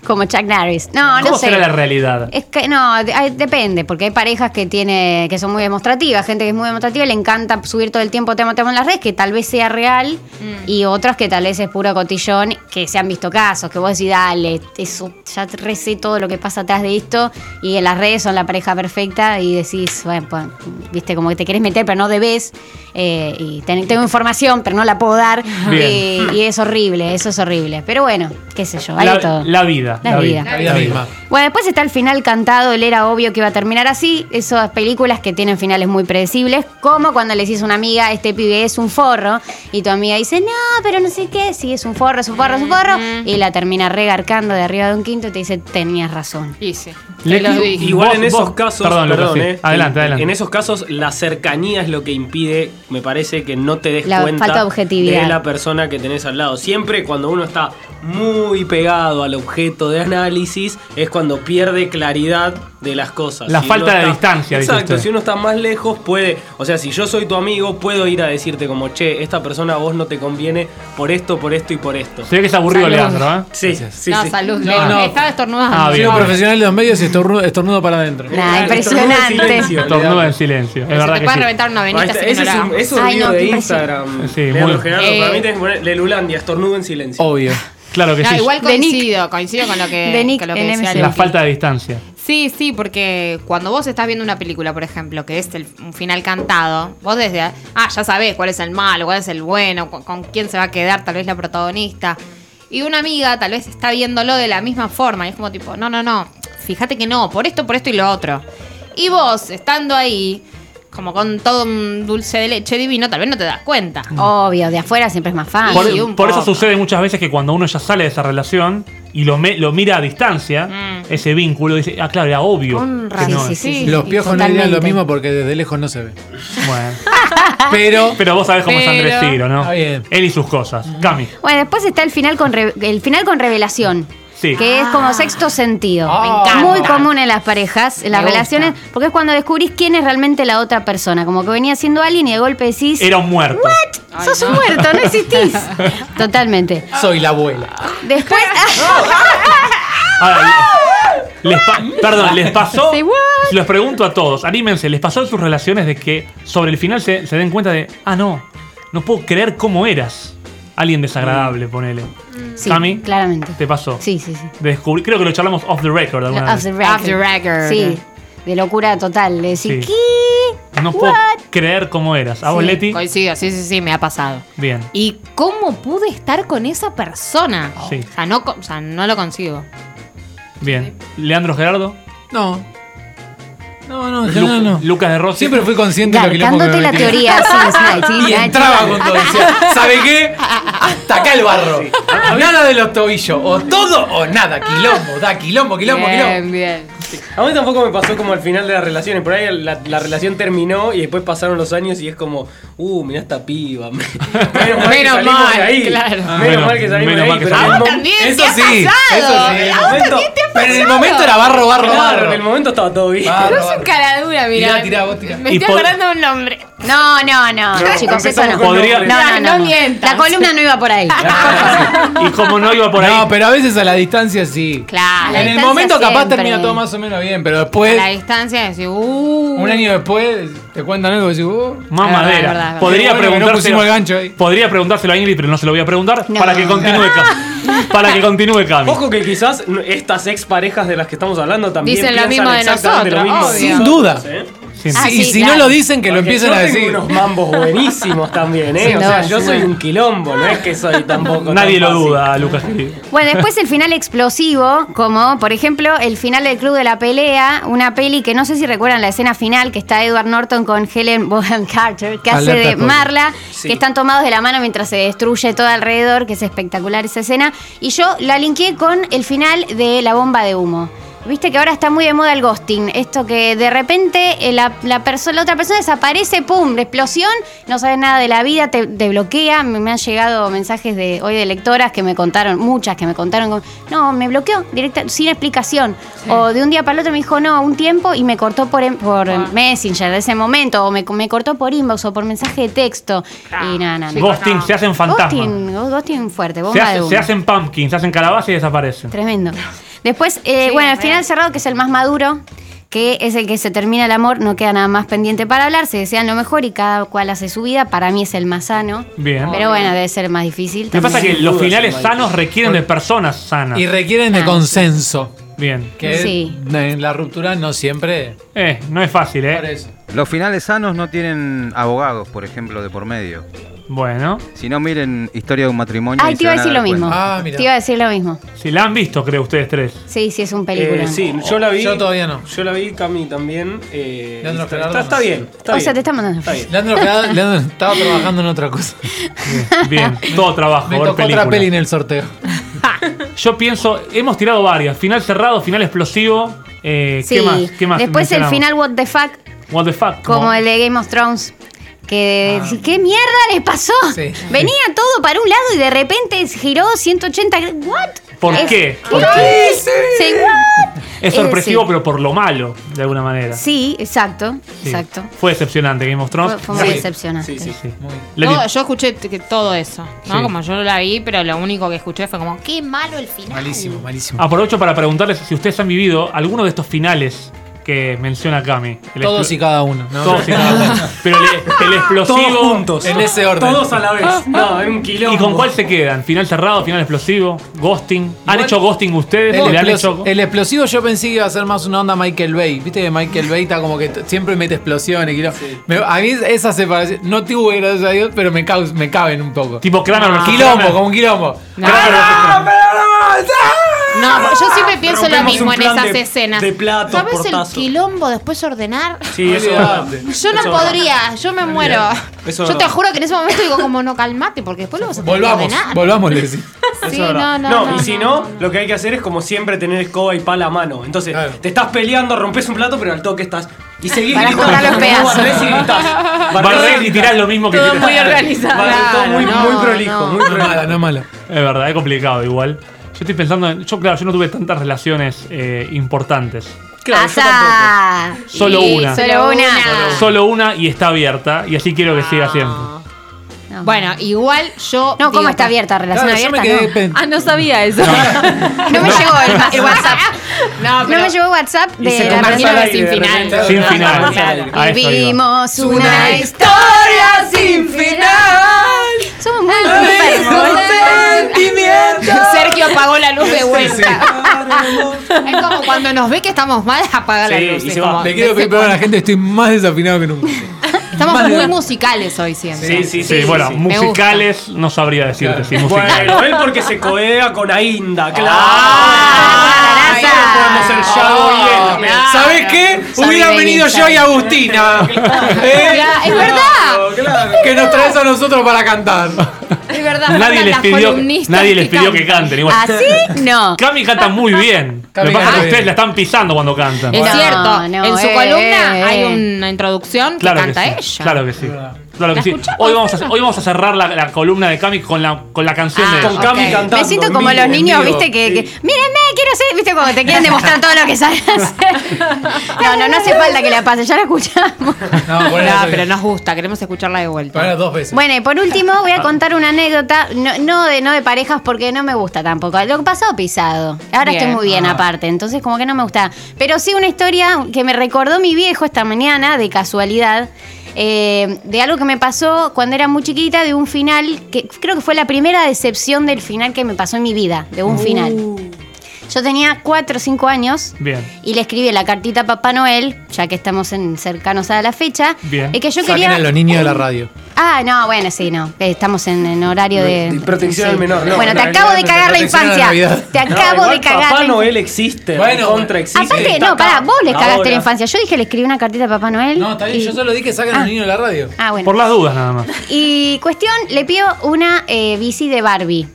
Speaker 5: Como Chuck Norris. No,
Speaker 3: ¿Cómo
Speaker 5: no sé.
Speaker 3: será la realidad?
Speaker 5: Es que no, de- hay- depende, porque hay parejas que tiene que son muy demostrativas, gente que es muy demostrativa, le encanta subir todo el tiempo tema tema en las redes, que tal vez sea real, y otras que tal vez es puro cotillón, que se han visto casos, que vos decís, dale, eso, ya te re sé todo lo que pasa atrás de esto, y en las redes son la pareja perfecta, y decís, bueno, pues, viste, como que te querés meter, pero no debes, eh, y ten- tengo información, pero no la puedo dar,
Speaker 3: Bien.
Speaker 5: eh, y es horrible, eso es horrible. Pero bueno, qué sé yo, hay de
Speaker 3: La,
Speaker 5: todo.
Speaker 3: la vida.
Speaker 5: La vida.
Speaker 6: La vida misma.
Speaker 5: Bueno, después está el final cantado, él era obvio que iba a terminar así. Esas películas que tienen finales muy predecibles, como cuando le decís a una amiga, este pibe es un forro, y tu amiga dice, no, pero no sé qué, sí, es un forro, es un forro, es un forro, y la termina regarcando de arriba de un quinto y te dice, tenías razón.
Speaker 4: Y sí,
Speaker 3: Le-
Speaker 4: te lo dije.
Speaker 2: Mm. Igual
Speaker 3: Vos-
Speaker 2: en esos
Speaker 3: vos-
Speaker 2: casos,
Speaker 3: perdón,
Speaker 2: perdón,
Speaker 3: Lucas, sí.
Speaker 2: eh,
Speaker 3: Adelante,
Speaker 2: en-
Speaker 3: adelante.
Speaker 2: En esos casos la cercanía es lo que impide, me parece, que no te des
Speaker 5: La
Speaker 2: cuenta
Speaker 5: falta de objetividad.
Speaker 2: de la persona que tenés al lado. Siempre cuando uno está muy pegado al objeto de análisis es cuando pierde claridad de las cosas.
Speaker 3: La
Speaker 2: uno
Speaker 3: falta de distancia, dice
Speaker 2: Exacto,
Speaker 3: usted.
Speaker 2: si uno está más lejos puede, o sea, si yo soy tu amigo puedo ir a decirte como, che, esta persona a vos no te conviene por esto, por esto y por esto.
Speaker 3: Se ve que es aburrido,
Speaker 4: Salud.
Speaker 3: Leandro, ¿eh?
Speaker 2: Sí, sí,
Speaker 4: no,
Speaker 2: sí.
Speaker 4: salud.
Speaker 2: [LAUGHS]
Speaker 6: No,
Speaker 4: Leo.
Speaker 6: no.
Speaker 4: Estaba estornudando.
Speaker 3: Ah,
Speaker 6: Soy
Speaker 3: bien.
Speaker 6: un profesional de los medios y estornudo, estornudo para adentro.
Speaker 5: Nah,
Speaker 2: Claro,
Speaker 5: impresionante.
Speaker 2: estornuda en silencio.
Speaker 3: Tornuda en silencio. Es
Speaker 4: Se
Speaker 3: verdad
Speaker 4: te
Speaker 3: que
Speaker 4: puede
Speaker 3: sí.
Speaker 4: reventar una
Speaker 2: Ahí
Speaker 4: venita
Speaker 2: está,
Speaker 4: si
Speaker 2: Ese
Speaker 4: no
Speaker 2: es
Speaker 4: la-
Speaker 2: un, es un
Speaker 5: Ay,
Speaker 2: video
Speaker 5: no, qué
Speaker 2: de
Speaker 5: impresionante.
Speaker 2: Instagram.
Speaker 3: Sí,
Speaker 2: Leandro
Speaker 3: muy-
Speaker 2: Gerardo,
Speaker 4: Eh.
Speaker 2: para mí tenés que poner Lelulandia, estornudo en silencio.
Speaker 6: Obvio.
Speaker 3: Claro que
Speaker 4: No,
Speaker 3: sí.
Speaker 4: igual
Speaker 5: De Nick.
Speaker 4: coincido, coincido con lo que,
Speaker 5: De Nick,
Speaker 4: con lo que
Speaker 5: en
Speaker 4: decía
Speaker 5: MC.
Speaker 4: Luqui.
Speaker 3: La falta de distancia.
Speaker 4: Sí, sí, porque cuando vos estás viendo una película, por ejemplo, que es el, un final cantado, vos desde, ah, ya sabés cuál es el malo, cuál es el bueno, cu- con quién se va a quedar tal vez la protagonista. Y una amiga tal vez está viéndolo de la misma forma y es como tipo, no, no, no, fíjate que no, por esto, por esto y lo otro. Y vos, estando ahí, como con todo un dulce de leche divino, tal vez no te das cuenta.
Speaker 5: Obvio, de afuera siempre es más fácil.
Speaker 4: Sí,
Speaker 3: Por, e-
Speaker 4: un
Speaker 3: por eso
Speaker 4: poco.
Speaker 3: sucede muchas veces que cuando uno ya sale de esa relación y lo, me- lo mira a distancia,
Speaker 5: Mm.
Speaker 3: ese vínculo, dice, ah, claro, era obvio.
Speaker 4: Con
Speaker 3: que
Speaker 4: razón.
Speaker 3: no
Speaker 5: Sí,
Speaker 3: es".
Speaker 5: sí, sí.
Speaker 6: Los piojos no dirían lo
Speaker 5: Totalmente.
Speaker 6: mismo porque desde lejos no se ve.
Speaker 3: Bueno. [LAUGHS]
Speaker 6: Pero.
Speaker 3: Pero vos sabés cómo es
Speaker 4: Pero-
Speaker 3: Andrés Ciro, ¿no?
Speaker 6: Está bien.
Speaker 3: Él y sus cosas. Cami.
Speaker 5: Bueno, después está el final con, re- el final con revelación.
Speaker 3: Sí.
Speaker 5: Que es como sexto sentido.
Speaker 6: Me encanta.
Speaker 5: Muy común en las parejas, en las
Speaker 4: Me gusta.
Speaker 5: relaciones, porque es cuando descubrís quién es realmente la otra persona. Como que venía siendo alguien y de golpe decís,
Speaker 3: Era un muerto.
Speaker 5: sos un muerto, no
Speaker 4: [LAUGHS]
Speaker 5: existís. Totalmente.
Speaker 6: Soy la abuela.
Speaker 5: Después, ah,
Speaker 3: Ahora, les pa- perdón, les pasó.
Speaker 5: Say what?
Speaker 3: Los pregunto a todos, anímense, ¿les pasó en sus relaciones de que sobre el final se, se den cuenta de, ah, no, no puedo creer cómo eras? Alguien desagradable, ponele.
Speaker 5: Sí,
Speaker 3: Cami,
Speaker 5: claramente.
Speaker 3: ¿Te pasó?
Speaker 5: Mm. Sí, sí, sí.
Speaker 3: De descubrir- creo que lo charlamos off the record alguna vez.
Speaker 5: Off the record.
Speaker 4: Off the record.
Speaker 5: Sí, de locura total. De decir,
Speaker 3: Sí.
Speaker 5: ¿qué?
Speaker 3: No puedo creer cómo eras. ¿A vos,
Speaker 5: Sí,
Speaker 3: Leti?
Speaker 4: Coincido, sí, sí, sí, me ha pasado.
Speaker 3: Bien.
Speaker 4: ¿Y cómo pude estar con esa persona?
Speaker 3: Sí.
Speaker 4: O, sea, no, co- o sea, no lo consigo.
Speaker 3: Bien. ¿Leandro Gerardo?
Speaker 6: No. No, no, en
Speaker 3: Lu-
Speaker 6: general no.
Speaker 3: Lucas de Rossi.
Speaker 6: Siempre fui consciente de lo que le
Speaker 5: Garcándote la teoría. Sí, sí, sí,
Speaker 6: [LAUGHS] Y
Speaker 5: sí,
Speaker 6: entraba
Speaker 5: sí.
Speaker 6: con todo. Decía, ¿sabe qué? Hasta acá el barro. Nada de los tobillos. O todo o nada. Quilombo, da quilombo, quilombo, quilombo.
Speaker 4: bien, bien.
Speaker 2: A mí tampoco me pasó como al final de las relaciones. Por ahí la, la relación terminó y después pasaron los años y es como, uh, mirá esta piba. [LAUGHS] Menos mal, que
Speaker 4: Menos
Speaker 2: salimos
Speaker 4: mal,
Speaker 2: de ahí.
Speaker 4: claro.
Speaker 2: Menos
Speaker 3: Bueno,
Speaker 2: mal que salimos
Speaker 3: menos
Speaker 2: de
Speaker 3: mal
Speaker 2: ahí.
Speaker 3: que
Speaker 2: Pero en
Speaker 3: salimos.
Speaker 2: el
Speaker 3: Ah,
Speaker 2: mom-
Speaker 4: también
Speaker 6: eso
Speaker 4: te ha
Speaker 6: sí,
Speaker 4: pasado.
Speaker 6: eso sí.
Speaker 2: en el
Speaker 4: A vos
Speaker 2: momento-
Speaker 4: también te ha
Speaker 6: Pero en el
Speaker 4: pasado.
Speaker 6: momento era barro, barro,
Speaker 2: Claro,
Speaker 6: barro.
Speaker 2: en el momento estaba todo bien.
Speaker 3: Ah,
Speaker 6: Barro,
Speaker 4: No soy
Speaker 6: barro.
Speaker 4: caradura, mira.
Speaker 6: Tirá, tirá, vos tirá.
Speaker 4: Me
Speaker 3: Y
Speaker 4: estoy
Speaker 3: por-
Speaker 4: acordando de un nombre.
Speaker 5: No, no, no, chicos, eso
Speaker 2: empezamos
Speaker 5: no.
Speaker 2: con
Speaker 3: Podría-
Speaker 2: nombres.
Speaker 5: No, no,
Speaker 4: No
Speaker 5: no. no.
Speaker 4: mientas.
Speaker 5: La columna no iba por
Speaker 6: [LAUGHS]
Speaker 5: ahí.
Speaker 3: [LAUGHS] Y como no iba por ahí.
Speaker 6: No, pero a veces a la distancia sí.
Speaker 4: Claro.
Speaker 5: la
Speaker 6: En el
Speaker 5: distancia
Speaker 6: momento capaz
Speaker 5: siempre.
Speaker 6: termina todo más o menos bien, pero
Speaker 4: A
Speaker 6: después,
Speaker 4: la distancia decís, uh.
Speaker 6: un año después, te cuentan algo y decís, "Oh".
Speaker 4: Es verdad, es
Speaker 3: Mamadera. Podría
Speaker 4: verdad.
Speaker 6: Qué bueno que no
Speaker 3: preguntárselo.
Speaker 6: pusimos el gancho ahí.
Speaker 3: Podría preguntárselo a Ingrid, pero no se lo voy a preguntar.
Speaker 5: No.
Speaker 3: Para que continúe
Speaker 6: [LAUGHS]
Speaker 3: Cami. Para que continúe Cami.
Speaker 2: [LAUGHS] Ojo que quizás n- estas ex parejas de las que estamos hablando también
Speaker 4: Dicen lo
Speaker 2: piensan
Speaker 4: mismo de
Speaker 2: exactamente lo
Speaker 4: nosotros,
Speaker 2: mismo.
Speaker 4: obvio.
Speaker 6: Sin duda.
Speaker 2: ¿Eh?
Speaker 3: Sí.
Speaker 5: Ah,
Speaker 6: Sí, y
Speaker 5: sí,
Speaker 6: si
Speaker 5: claro.
Speaker 6: no lo dicen, que lo
Speaker 2: Porque
Speaker 6: empiecen
Speaker 2: yo
Speaker 6: a decir.
Speaker 2: Tengo unos mambos buenísimos también, ¿eh?
Speaker 5: Sin
Speaker 2: o sea,
Speaker 5: duda,
Speaker 2: yo
Speaker 5: sin
Speaker 2: soy
Speaker 5: duda.
Speaker 2: un quilombo, no es que soy tampoco.
Speaker 3: Nadie
Speaker 2: tan
Speaker 3: lo
Speaker 2: fácil.
Speaker 3: duda, Lucas querido.
Speaker 5: Bueno, después el final explosivo, como por ejemplo el final del Club de la Pelea, una peli que no sé si recuerdan la escena final, que está Edward Norton con Helen Bonham Carter, que hace
Speaker 6: Alerta
Speaker 5: de
Speaker 6: spoiler.
Speaker 5: Marla,
Speaker 2: Sí.
Speaker 5: que están tomados de la mano mientras se destruye todo alrededor, que es espectacular esa escena. Y yo la linkeé con el final de La Bomba de Humo. Viste que ahora está muy de moda el ghosting, esto que de repente eh, la, la, perso- la otra persona desaparece, ¡pum! La explosión, no sabes nada de la vida, te, te bloquea. Me, me han llegado mensajes de hoy de lectoras que me contaron, muchas que me contaron, como, no, me bloqueó directa, sin explicación. O de un día para el otro me dijo, no, un tiempo y me cortó por, em- por Messenger de ese momento, o me, me cortó por inbox o por mensaje de texto.
Speaker 3: Ah,
Speaker 5: Y nada, nada. me
Speaker 3: Ghosting, se hacen fantasmas.
Speaker 5: Ghosting, ghosting fuerte, bomba
Speaker 3: Se,
Speaker 5: de
Speaker 3: hace-
Speaker 5: humo.
Speaker 3: se hacen pumpkins, se hacen calabazas y desaparecen.
Speaker 5: Tremendo. Después, eh,
Speaker 4: Sí,
Speaker 5: bueno, el
Speaker 4: re.
Speaker 5: final cerrado, que es el más maduro, que es el que se termina el amor, no queda nada más pendiente para hablar, se desean lo mejor y cada cual hace su vida. Para mí es el más sano.
Speaker 3: Bien.
Speaker 5: Pero bueno, debe ser más difícil.
Speaker 3: Lo que pasa es que
Speaker 2: Sin
Speaker 3: los
Speaker 2: duda,
Speaker 3: finales
Speaker 2: sin duda.
Speaker 3: sanos requieren de personas sanas.
Speaker 6: Y requieren de
Speaker 5: Ah,
Speaker 6: consenso.
Speaker 3: Bien.
Speaker 6: Que
Speaker 5: Sí.
Speaker 6: en la ruptura no siempre
Speaker 3: Eh, no es fácil, ¿eh?
Speaker 6: parece.
Speaker 7: Los finales sanos no tienen abogados, por ejemplo, de por medio.
Speaker 3: Bueno.
Speaker 7: Si no, miren Historia de un matrimonio.
Speaker 5: Ay, te
Speaker 7: y se
Speaker 5: iba a
Speaker 7: van
Speaker 5: decir
Speaker 7: dar
Speaker 5: lo mismo.
Speaker 7: cuenta.
Speaker 6: Ah, mira.
Speaker 5: Te iba a decir lo mismo.
Speaker 3: Si la han visto, creo ustedes
Speaker 5: [LAUGHS]
Speaker 3: tres.
Speaker 5: Sí, sí, es un película.
Speaker 2: Eh, sí, yo la vi.
Speaker 6: Yo todavía no.
Speaker 2: Yo la vi, Cami también. eh,
Speaker 6: Leandro
Speaker 2: está,
Speaker 6: Gerardo
Speaker 2: está- está
Speaker 6: no.
Speaker 2: bien. Está
Speaker 5: O
Speaker 2: bien.
Speaker 5: sea, te está mandando-
Speaker 2: Está bien.
Speaker 6: Leandro, quedaba- Leandro estaba trabajando en otra cosa.
Speaker 3: Bien, todo trabajo,
Speaker 6: Me
Speaker 3: ver
Speaker 6: tocó
Speaker 3: películas.
Speaker 6: otra peli en el sorteo.
Speaker 3: Yo pienso, hemos tirado varias. Final cerrado, final explosivo. eh,
Speaker 5: Sí.
Speaker 3: ¿Qué más? ¿Qué más
Speaker 5: Después el
Speaker 3: mencionamos?
Speaker 5: final, what the fuck,
Speaker 3: What the fuck.
Speaker 5: como
Speaker 3: ¿no?
Speaker 5: el de Game of Thrones. Que decís, ¿qué mierda les pasó?
Speaker 6: Sí.
Speaker 5: Venía todo para un lado y de repente giró 180 grados. ¿What?
Speaker 3: ¿Por
Speaker 5: Es-
Speaker 3: qué? ¿Por
Speaker 5: Sí, ¿what?
Speaker 3: Es
Speaker 5: Eh,
Speaker 3: sorpresivo,
Speaker 5: sí.
Speaker 3: pero por lo malo, de alguna manera.
Speaker 5: Sí, exacto,
Speaker 3: Sí.
Speaker 5: exacto.
Speaker 3: Fue decepcionante Game of
Speaker 5: Fue,
Speaker 3: Thrones.
Speaker 5: fue muy
Speaker 2: Sí. Sí,
Speaker 5: decepcionante.
Speaker 2: sí.
Speaker 3: Sí.
Speaker 6: Muy bien.
Speaker 3: Leti,
Speaker 4: Todo- yo escuché t- que todo eso, ¿no?
Speaker 3: Sí.
Speaker 4: Como yo la vi, pero lo único que escuché fue como, qué malo el final.
Speaker 6: Malísimo, malísimo.
Speaker 3: aprovecho para preguntarles si ustedes han vivido alguno de estos finales que menciona Cami. El
Speaker 6: Todos
Speaker 3: explo-
Speaker 6: y cada uno. ¿no?
Speaker 3: Todos y cada uno.
Speaker 6: [LAUGHS]
Speaker 3: Pero el, el explosivo.
Speaker 2: Todos juntos.
Speaker 6: En ese orden.
Speaker 2: Todos a la vez. Ah, No, era un quilombo.
Speaker 3: ¿Y con cuál se quedan? ¿Final cerrado, final explosivo? ¿Ghosting? ¿Han
Speaker 6: Igual-
Speaker 3: hecho ghosting ustedes?
Speaker 6: El,
Speaker 3: ¿Le han
Speaker 6: explos-
Speaker 3: hecho.?
Speaker 6: el explosivo yo pensé que iba a ser más una onda Michael Bay. Viste que Michael Bay está como que t- siempre mete explosiones. quilombo. Me- a mí esa separación, no tuve gracias a Dios, pero me, caus- me caben un poco.
Speaker 3: Tipo Kramer versus
Speaker 6: quilombo,
Speaker 3: Kramer.
Speaker 6: como un quilombo.
Speaker 3: Kramer versus Kramer.
Speaker 4: No, yo siempre pienso lo
Speaker 2: Rompemos
Speaker 4: mismo
Speaker 2: un
Speaker 4: en
Speaker 2: plan
Speaker 4: esas
Speaker 2: de-
Speaker 4: escenas.
Speaker 2: de platos,
Speaker 4: ¿Sabes
Speaker 2: portazo.
Speaker 4: el quilombo después ordenar?
Speaker 3: Ah,
Speaker 2: Sí, eso es verdad.
Speaker 4: Yo no
Speaker 2: Eso es verdad.
Speaker 4: podría, yo me muero.
Speaker 2: Eso es
Speaker 4: yo te
Speaker 2: verdad.
Speaker 4: juro que en ese momento digo como no calmate porque después lo vas a tener que
Speaker 6: Volvamos,
Speaker 4: ordenar.
Speaker 6: volvamos,
Speaker 2: [LAUGHS]
Speaker 6: le decís.
Speaker 2: Eso es
Speaker 4: Sí,
Speaker 2: verdad.
Speaker 4: no, no, no,
Speaker 2: y si
Speaker 4: no,
Speaker 2: no,
Speaker 4: no.
Speaker 2: lo que hay que hacer es como siempre tener escoba y pala a mano. Entonces,
Speaker 6: Claro.
Speaker 2: te estás peleando, rompes un plato, pero al toque estás. Y seguís
Speaker 5: Para
Speaker 2: gritando.
Speaker 5: juntar los pedazos.
Speaker 2: Barrés y
Speaker 5: [LAUGHS]
Speaker 2: gritás.
Speaker 3: Barrés y tirás lo mismo que
Speaker 4: Todo
Speaker 3: tirás.
Speaker 4: muy organizado.
Speaker 2: Barrés, todo muy,
Speaker 4: Claro,
Speaker 2: muy
Speaker 4: no,
Speaker 2: prolijo,
Speaker 4: no.
Speaker 2: muy
Speaker 6: No es
Speaker 2: prolijo.
Speaker 6: mala, no es mala.
Speaker 3: Es verdad, es complicado igual. Yo estoy pensando, en- yo claro, yo no tuve tantas relaciones eh, importantes.
Speaker 2: Claro, yo tampoco.
Speaker 5: Asa.
Speaker 3: Solo una.
Speaker 5: Solo una. Ah.
Speaker 3: Solo una y está abierta y así quiero que siga siempre.
Speaker 5: No.
Speaker 4: Bueno, igual yo.
Speaker 5: No, ¿cómo
Speaker 4: digo,
Speaker 5: está abierta? ¿Relación
Speaker 6: Claro, yo me
Speaker 5: abierta?
Speaker 6: quedé
Speaker 5: no.
Speaker 6: pen-
Speaker 4: Ah, no sabía eso. [LAUGHS]
Speaker 5: No me llegó el,
Speaker 2: [LAUGHS]
Speaker 5: el WhatsApp.
Speaker 4: No,
Speaker 5: No
Speaker 4: Ah, pero
Speaker 5: me llegó WhatsApp
Speaker 2: Y se
Speaker 5: de la
Speaker 2: conversa
Speaker 5: relación.
Speaker 2: al
Speaker 4: que
Speaker 2: aire
Speaker 4: sin
Speaker 2: de
Speaker 4: final.
Speaker 2: repente.
Speaker 3: Sin final.
Speaker 2: Claro.
Speaker 3: A eso iba.
Speaker 5: Vivimos una
Speaker 6: Una
Speaker 5: historia sin final. Somos muy enfermos.
Speaker 4: cuenta. Es como cuando nos ve que estamos mal, apaga
Speaker 2: Sí,
Speaker 4: la luz.
Speaker 2: y
Speaker 4: es
Speaker 2: se va.
Speaker 4: como-
Speaker 6: Le quiero pedir perdón a la gente, estoy más desafinado que nunca.
Speaker 4: Estamos
Speaker 6: Más
Speaker 4: muy
Speaker 6: de-
Speaker 4: musicales hoy siempre.
Speaker 2: Sí,
Speaker 3: Sí,
Speaker 2: sí, sí.
Speaker 3: bueno,
Speaker 2: sí.
Speaker 4: gusta.
Speaker 3: musicales no sabría decirte si musicales.
Speaker 2: [LAUGHS] Bueno, él porque se cohea con Ainda, claro.
Speaker 4: Ah,
Speaker 2: Ahí no podemos ser Yago
Speaker 5: Oh,
Speaker 2: y él.
Speaker 4: Claro.
Speaker 6: ¿Sabés qué?
Speaker 4: Sabe
Speaker 6: Hubieran
Speaker 4: de
Speaker 6: venido yo y
Speaker 4: Instagram. [LAUGHS]
Speaker 6: Agustina. ¿Eh?
Speaker 4: Ya, es verdad,
Speaker 6: Que nos traes a nosotros para cantar.
Speaker 4: es verdad.
Speaker 3: Nadie
Speaker 4: Mandan
Speaker 3: les
Speaker 4: las
Speaker 3: pidió,
Speaker 4: columnistas ¿Ah,
Speaker 3: nadie les pidió que
Speaker 4: cantan.
Speaker 3: canten. igual.
Speaker 5: Así no.
Speaker 3: Cami canta muy bien. Lo
Speaker 6: Cami
Speaker 3: que pasa es
Speaker 6: canta
Speaker 3: que
Speaker 6: bien.
Speaker 3: ustedes la están pisando cuando cantan.
Speaker 4: Es
Speaker 5: No,
Speaker 4: cierto,
Speaker 5: no,
Speaker 4: en su
Speaker 5: eh,
Speaker 4: columna
Speaker 5: eh,
Speaker 4: hay
Speaker 5: eh.
Speaker 4: una introducción que
Speaker 3: Claro que,
Speaker 4: canta
Speaker 3: sí.
Speaker 4: ella.
Speaker 3: claro que sí. Claro que
Speaker 4: ¿La
Speaker 3: sí.
Speaker 4: escuchamos,
Speaker 3: Hoy vamos, a,
Speaker 4: Seba?
Speaker 3: hoy vamos a cerrar la, la columna de Cami con la, con la canción
Speaker 4: Ah,
Speaker 3: de
Speaker 2: Con
Speaker 4: ok.
Speaker 2: Cami cantando.
Speaker 5: Me siento como
Speaker 6: en
Speaker 5: los
Speaker 6: vivo, en
Speaker 5: niños,
Speaker 6: vivo.
Speaker 5: viste, que, que
Speaker 2: Sí.
Speaker 5: mírenme, quiero ser, viste, cuando te quieren demostrar todo lo que [LAUGHS] sabes hacer. No, no, no hace falta que la pase, ya la escuchamos.
Speaker 6: No,
Speaker 4: No, pero nos gusta, queremos escucharla de vuelta.
Speaker 6: Para dos veces.
Speaker 5: Bueno, y por último voy
Speaker 3: Ah.
Speaker 5: a contar una anécdota, no, no de, no de parejas porque no me gusta tampoco. Lo que pasó pisado. Ahora
Speaker 4: Bien.
Speaker 5: estoy muy bien
Speaker 6: Ah.
Speaker 5: aparte, entonces como que no me gusta. Pero sí una historia que me recordó mi viejo esta mañana, de casualidad, eh, de algo que me pasó cuando era muy chiquita, de un final, que creo que fue la primera decepción del final que me pasó en mi vida, de un final. Yo tenía 4 o 5 años
Speaker 3: Uh. Bien.
Speaker 5: y le escribí la cartita a Papá Noel, ya que estamos en, cercanos a la fecha,
Speaker 3: Bien.
Speaker 5: eh, que yo
Speaker 6: Saquen
Speaker 5: quería...
Speaker 6: a los niños de la radio.
Speaker 5: Ah, no, bueno, sí, no. Eh, Estamos en, en horario de.
Speaker 2: De protección al menor, no,
Speaker 5: bueno, te
Speaker 2: la
Speaker 5: acabo de
Speaker 2: Navidad,
Speaker 5: cagar la
Speaker 6: protección a la
Speaker 5: infancia.
Speaker 6: Navidad.
Speaker 5: te
Speaker 2: No,
Speaker 5: acabo
Speaker 2: igual
Speaker 5: de cagar. la
Speaker 2: Papá
Speaker 5: inf-
Speaker 2: Noel existe,
Speaker 6: Bueno,
Speaker 2: contra existe.
Speaker 5: Aparte,
Speaker 2: está
Speaker 5: no,
Speaker 2: acá,
Speaker 5: pará, vos le cagaste
Speaker 2: ahora.
Speaker 5: la infancia. Yo dije, le escribí una cartita a Papá Noel.
Speaker 6: No, está bien,
Speaker 5: y-
Speaker 6: yo solo dije saquen a los niños de la radio.
Speaker 5: Ah, bueno.
Speaker 3: Por las dudas nada más.
Speaker 5: Y cuestión, le pido una eh, bici de Barbie.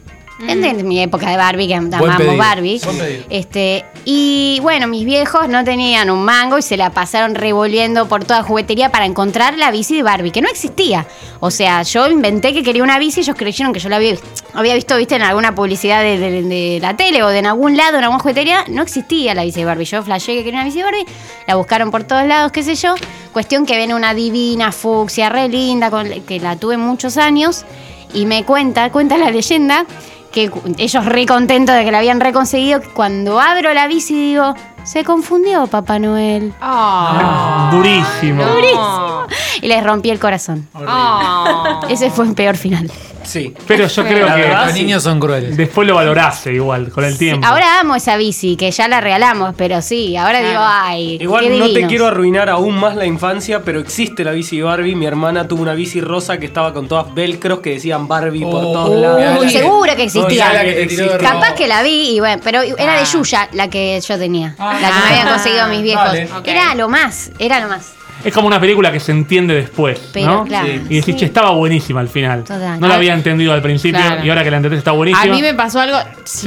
Speaker 5: En de mi época de Barbie, que amamos
Speaker 6: pedido,
Speaker 5: Barbie.
Speaker 6: buen pedido.
Speaker 5: Este, y bueno, mis viejos no tenían un mango y se la pasaron revolviendo por toda juguetería para encontrar la bici de Barbie, que no existía. O sea, yo inventé que quería una bici y ellos creyeron que yo la había, había visto, viste, en alguna publicidad de, de- de la tele o de en algún lado, en alguna juguetería. No existía la bici de Barbie. Yo flashé que quería una bici de Barbie, la buscaron por todos lados, qué sé yo. Cuestión que ven una divina fucsia, re linda, con- que la tuve muchos años. Y me cuenta, cuenta la leyenda, que cu- ellos re contentos de que la habían reconseguido. que Cuando abro la bici digo, se confundió Papá Noel.
Speaker 4: Ah,
Speaker 3: Durísimo.
Speaker 4: no.
Speaker 5: Y les rompí el corazón.
Speaker 2: Oh.
Speaker 4: Ah.
Speaker 5: Ese fue el peor final.
Speaker 2: Sí.
Speaker 3: Pero yo creo
Speaker 2: La
Speaker 3: que
Speaker 2: verdad,
Speaker 6: Los
Speaker 2: sí.
Speaker 6: niños son crueles.
Speaker 3: después lo valoraste igual con el tiempo.
Speaker 5: Ahora amo esa bici, que ya la regalamos, pero sí, ahora digo, ay, qué
Speaker 2: Igual no te
Speaker 5: divinos.
Speaker 2: quiero arruinar aún más la infancia, pero existe la bici Barbie. Mi hermana tuvo una bici rosa que estaba con todas velcros que decían Barbie por
Speaker 6: Oh,
Speaker 2: todos
Speaker 6: mirá
Speaker 2: lados.
Speaker 6: la
Speaker 5: seguro que existía.
Speaker 6: mirá la que te tiró de
Speaker 2: Existe.
Speaker 6: robo.
Speaker 5: Capaz que la vi, y bueno, pero era
Speaker 2: Ah.
Speaker 5: de Yuya la que yo tenía, la que me habían conseguido mis viejos.
Speaker 6: Vale.
Speaker 4: Ok.
Speaker 5: Era lo más, era lo más.
Speaker 3: Es como una película que se entiende después.
Speaker 5: Pero,
Speaker 3: ¿no?
Speaker 5: claro,
Speaker 3: Y decís, "Che, estaba buenísima al final.
Speaker 5: Total.
Speaker 3: No la
Speaker 5: Ah,
Speaker 3: había entendido al principio
Speaker 4: claro.
Speaker 3: y ahora que la entendés está buenísima.
Speaker 4: A mí me pasó algo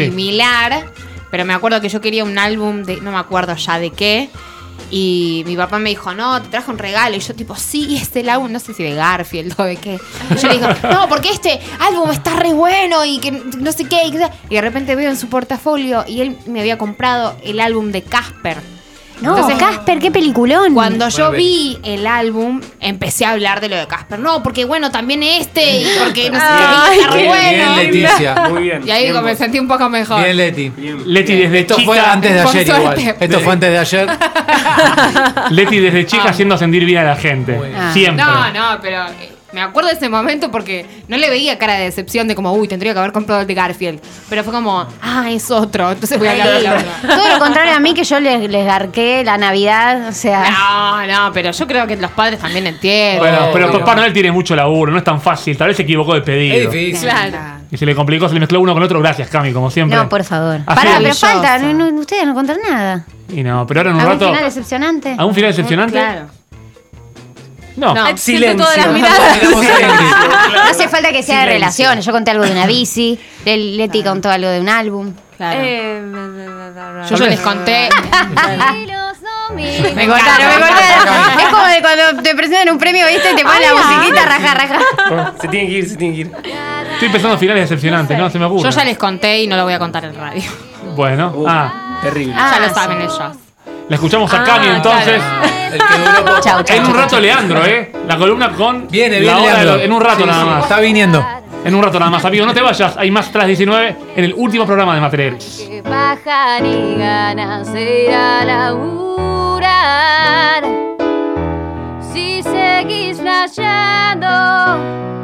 Speaker 4: similar, pero me acuerdo que yo quería un álbum de, no me acuerdo ya de qué. Y mi papá me dijo, no, te traje un regalo. Y yo tipo, sí, es el álbum, no sé si de Garfield o de qué. Y yo le digo, no, porque este álbum está re bueno y que no sé qué. Y, que- y de repente veo en su portafolio y él me había comprado el álbum de Casper.
Speaker 5: No, Casper, qué peliculón.
Speaker 4: Cuando yo
Speaker 6: Bueno,
Speaker 4: vi el álbum, empecé a hablar de lo de Casper. No, porque bueno, también este, y porque no sé qué,
Speaker 5: Ay,
Speaker 4: está re
Speaker 6: bien,
Speaker 4: bueno.
Speaker 6: bien, [LAUGHS] Leticia.
Speaker 2: Muy bien.
Speaker 4: Y ahí
Speaker 2: Bien,
Speaker 4: como me
Speaker 2: vos.
Speaker 4: sentí un poco mejor.
Speaker 6: Bien, Leti.
Speaker 3: Leti desde
Speaker 6: Esto
Speaker 3: chica,
Speaker 6: fue antes de
Speaker 4: Por
Speaker 6: ayer
Speaker 4: suerte.
Speaker 6: igual. Esto fue antes de ayer.
Speaker 3: [LAUGHS] Leti desde chica haciendo sentir bien a la gente.
Speaker 6: Muy bien.
Speaker 5: Ah.
Speaker 3: Siempre.
Speaker 4: No, no, pero eh, me acuerdo de ese momento porque no le veía cara de decepción de como, uy, tendría que haber comprado el de Garfield. Pero fue como, ah, es otro, entonces [LAUGHS] voy a hablar de la
Speaker 3: [LAUGHS]
Speaker 4: otra.
Speaker 5: Todo lo contrario a mí que yo les, les garqué la Navidad, o sea.
Speaker 4: No, no, pero yo creo que los padres también entienden.
Speaker 3: Bueno,
Speaker 6: Oh,
Speaker 3: pero
Speaker 6: mira.
Speaker 3: Papá Noel tiene mucho laburo, no es tan fácil. Tal vez se equivocó de
Speaker 6: Es
Speaker 3: pedido.
Speaker 6: difícil.
Speaker 4: Claro.
Speaker 3: Y se le complicó, se le mezcló uno con otro. Gracias, Cami, como siempre.
Speaker 5: No, por favor.
Speaker 3: Así es.
Speaker 5: Pará, pero falta,
Speaker 4: Maravillosa.
Speaker 5: no- no- ustedes no contan nada.
Speaker 3: Y no, pero ahora en un
Speaker 5: ¿Algún
Speaker 3: rato.
Speaker 5: final decepcionante? Eh,
Speaker 3: ¿Algún final decepcionante?
Speaker 4: Claro.
Speaker 3: No.
Speaker 4: No.
Speaker 2: Silencio.
Speaker 5: todas las
Speaker 2: [LAUGHS]
Speaker 5: [LAUGHS]
Speaker 6: Tenemos silencio.
Speaker 5: No hace falta que sea de
Speaker 2: Silencio.
Speaker 5: relaciones. Yo conté algo de una bici, Le- Leti contó algo de un álbum.
Speaker 4: claro.
Speaker 8: Yo
Speaker 4: eh, yo ya les
Speaker 3: [LAUGHS]
Speaker 4: conté.
Speaker 5: [LAUGHS] Me cortaron, me
Speaker 3: [LAUGHS]
Speaker 5: cortaron. Es como de cuando te presentan un premio, ¿viste? Te ponen la musiquita, raja, raja.
Speaker 2: Se tiene que ir, se tiene que ir.
Speaker 3: Estoy pensando en finales decepcionantes, no, se me ocurre.
Speaker 4: Yo ya les conté y no lo voy a contar en radio.
Speaker 3: Bueno,
Speaker 2: Uh,
Speaker 3: ah,
Speaker 2: Terrible.
Speaker 5: Ah,
Speaker 4: ya lo
Speaker 5: sí.
Speaker 4: saben ellos.
Speaker 3: la escuchamos
Speaker 5: Ah,
Speaker 3: a Cami entonces.
Speaker 6: Ah, El que duró poco.
Speaker 5: Chau, chau.
Speaker 3: En un rato, Leandro, ¿eh? La columna con.
Speaker 6: Viene,
Speaker 3: la
Speaker 6: viene
Speaker 3: hora de
Speaker 6: Leandro.
Speaker 3: lo- en un rato
Speaker 6: Sí,
Speaker 3: nada
Speaker 6: sí,
Speaker 3: más.
Speaker 6: Está viniendo.
Speaker 3: En un rato nada más, amigos. No te vayas, hay más tras 19 en el último programa de Materia Gris.
Speaker 8: que bajan y ganas de ir a laburar. Si seguís flasheando,